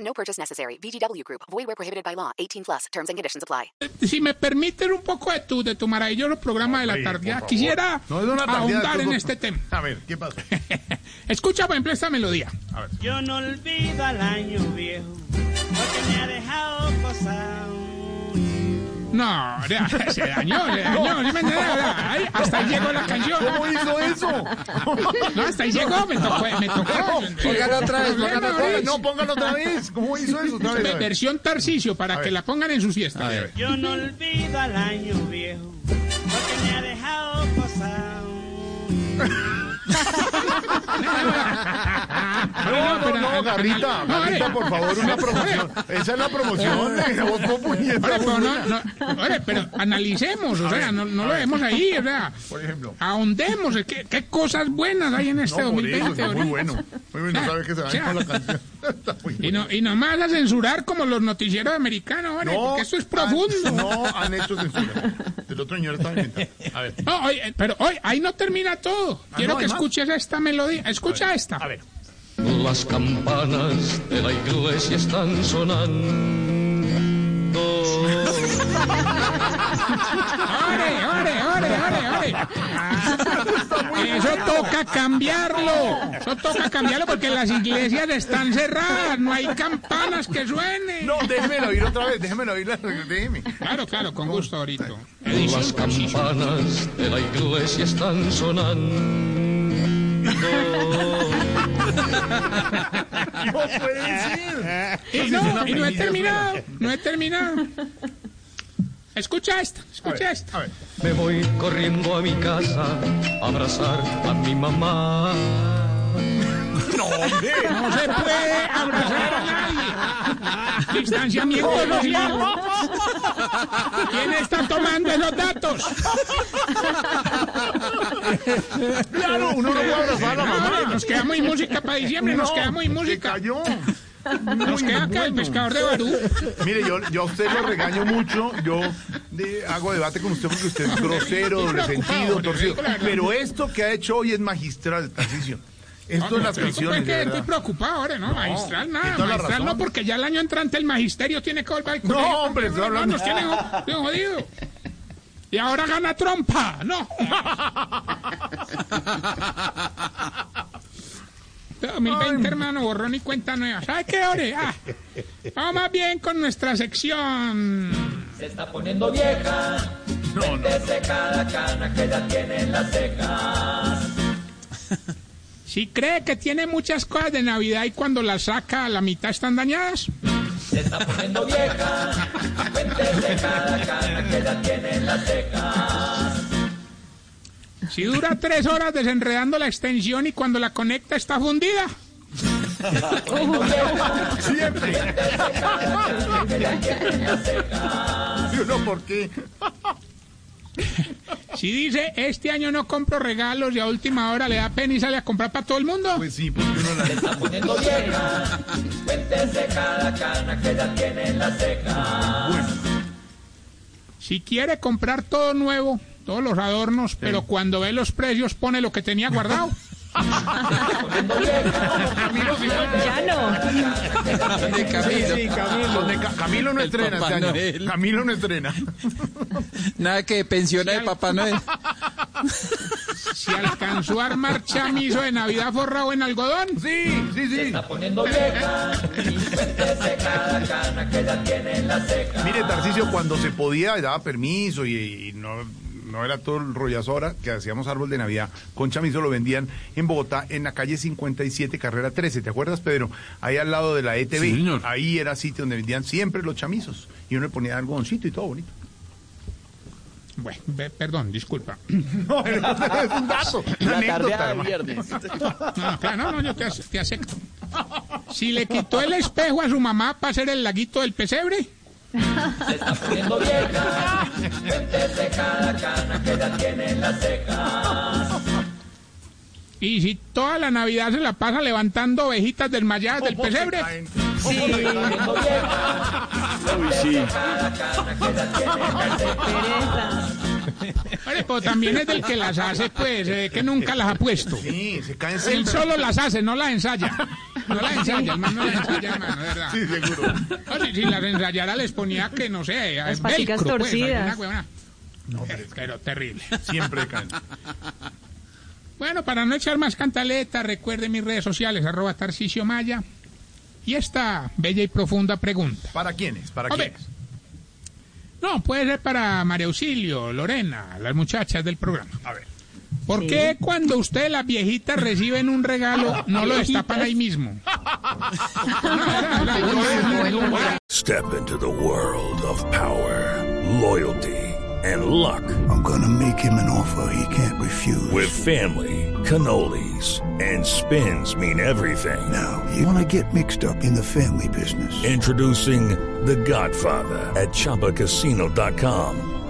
No purchase necessary. VGW Group. Void where prohibited by law. 18 plus. Terms and conditions apply. Si me permiten un poco de tu, de tu maravilloso programa de la Sí, por tarde, favor. quisiera No es de una tardía, ahondar es en un- este tema. A ver, ¿qué pasa? Escucha, por ejemplo, esta melodía. Yo no olvido al año viejo, porque me ha dejado cosas. No, ya, se dañó, le dañó. dime nada, ahí, hasta ahí llegó la canción. ¿Cómo hizo eso? No, hasta ahí llegó, me tocó, me tocó. Póngalo otra vez, Póngalo otra vez. No, póngalo otra vez. ¿Cómo hizo eso? Otra vez, a ver. Versión Tarcicio para que la pongan en sus fiestas. Yo no olvido al año viejo, porque me ha dejado cosas. No, no, no, Garrita, No, Garrita, vale. por favor, una promoción. Esa es la promoción de Voz Populi, esa Ore, pero, música. no, no, ore, pero analicemos, o sea, ver, no, no a lo ver. vemos ahí, o sea, Por ejemplo. ahondemos, eh, qué, qué cosas buenas hay en este No, por eso, 2020. está muy ahorita. bueno. Muy bueno, sabes que se o sea. va con la canción. Está muy Y, bueno. no, y nomás a censurar como los noticieros americanos, ore, porque esto es profundo. han- no han hecho censura. El otro señor está inventando. A ver. No, hoy, eh, pero hoy, ahí no termina todo. Quiero no, que hay más. escuches esta melodía. Escucha esta. A ver. Las campanas de la iglesia están sonando. ¡Ore, ore, ore, ore, ore! Eso toca cambiarlo. Eso toca cambiarlo porque las iglesias están cerradas. No hay campanas que suenen. No, déjemelo oír otra vez, déjemelo oír, la- déjeme. Claro, claro, con gusto ahorita. Las campanas de la iglesia están sonando. No puede decir. Y no, y no he terminado, no he terminado. Escucha esta, escucha esta. A ver. Me voy corriendo a mi casa a abrazar a mi mamá. No se puede abrazar a nadie. Distanciamiento social. ¿Quién está tomando los datos? Claro, uno no puede abrazar a la mamá. Ahora, nos queda muy música para diciembre, nos No, queda muy se música. cayó. Nos Muy queda acá el bueno. pescador de Barú. Mire, yo, yo a usted lo regaño mucho, yo de- hago debate con usted porque usted es grosero, doble sentido, torcido. Pero esto que ha hecho hoy es magistral, Tarcicio. Esto de las Estoy canciones, de estoy verdad. preocupado ahora, ¿no? magistral, tiene nada. toda la Magistral razón. no, porque ya el año entrante el magisterio tiene que volver al No, colegio. hombre, estoy hablando- Nos tienen jo- tienen jodido. Y ahora gana trompa. No. No, 2020, hermano, borrón y cuenta nueva. ¿Sabes qué, Ore? Ah, vamos más bien con nuestra sección. No, no. Si cree que tiene muchas cosas de Navidad y cuando las saca a la mitad están dañadas. Se está poniendo vieja, cuéntese cada cana que ya tiene las cejas. Si dura tres horas desenredando la extensión y cuando la conecta está fundida. Siempre. Y uno, ¿por qué? Si dice, este año no compro regalos y a última hora le da pena y sale a comprar para todo el mundo. Pues sí, porque uno la... Si quiere comprar todo nuevo, todos los adornos, pero cuando ve los precios pone lo que tenía guardado. Camilo. Sí, Camilo. Donde Ca- Camilo no estrena este año. Camilo no estrena. Nada que pensiona de Papá Noel. Si alcanzó a armar chamizo de Navidad forrado en algodón. Sí, sí, sí. Mire, Tarcicio, cuando se podía, daba permiso y, y no, no era todo el rollazo ahora que hacíamos árbol de Navidad. Con chamizo lo vendían en Bogotá, en la calle 57, carrera 13. ¿Te acuerdas, Pedro? Ahí al lado de la ETV. Ahí era sitio donde vendían siempre los chamizos. Y uno le ponía algodoncito y todo bonito. Bueno, ve- perdón, disculpa. No, pero es un dato. una anécdota, hermano. No, claro, no, no, yo te, ace- te acepto. Si le quitó el espejo a su mamá para hacer el laguito del pesebre. Y si toda la Navidad se la pasa levantando ovejitas desmayadas del pesebre. Hombre, pero también es del que las hace, pues, eh, que nunca las ha puesto. Sí, se caen Él siempre. solo las hace, no las ensaya. No las ensaya, hermano, no las ensaya, hermano, de verdad. Sí, seguro. No, si, si las ensayara les ponía que, no sé, Las velcro, paticas pues, torcidas. alguna huevona. pero, pero terrible. Siempre caen. Bueno, para no echar más cantaleta, recuerden mis redes sociales, arroba Tarcisio Maya. Y esta bella y profunda pregunta. ¿Para quiénes? ¿Para Hombre. quiénes? No, puede ser para María Auxilio, Lorena, las muchachas del programa. A ver. ¿Por qué cuando ustedes, las viejitas, reciben un regalo, no lo destapan ahí mismo? Step into the world of power, loyalty, and luck. I'm gonna make him an offer he can't refuse. With family, cannolis, and spins mean everything. Now, you wanna get mixed up in the family business. Introducing The Godfather at ChumbaCasino.com.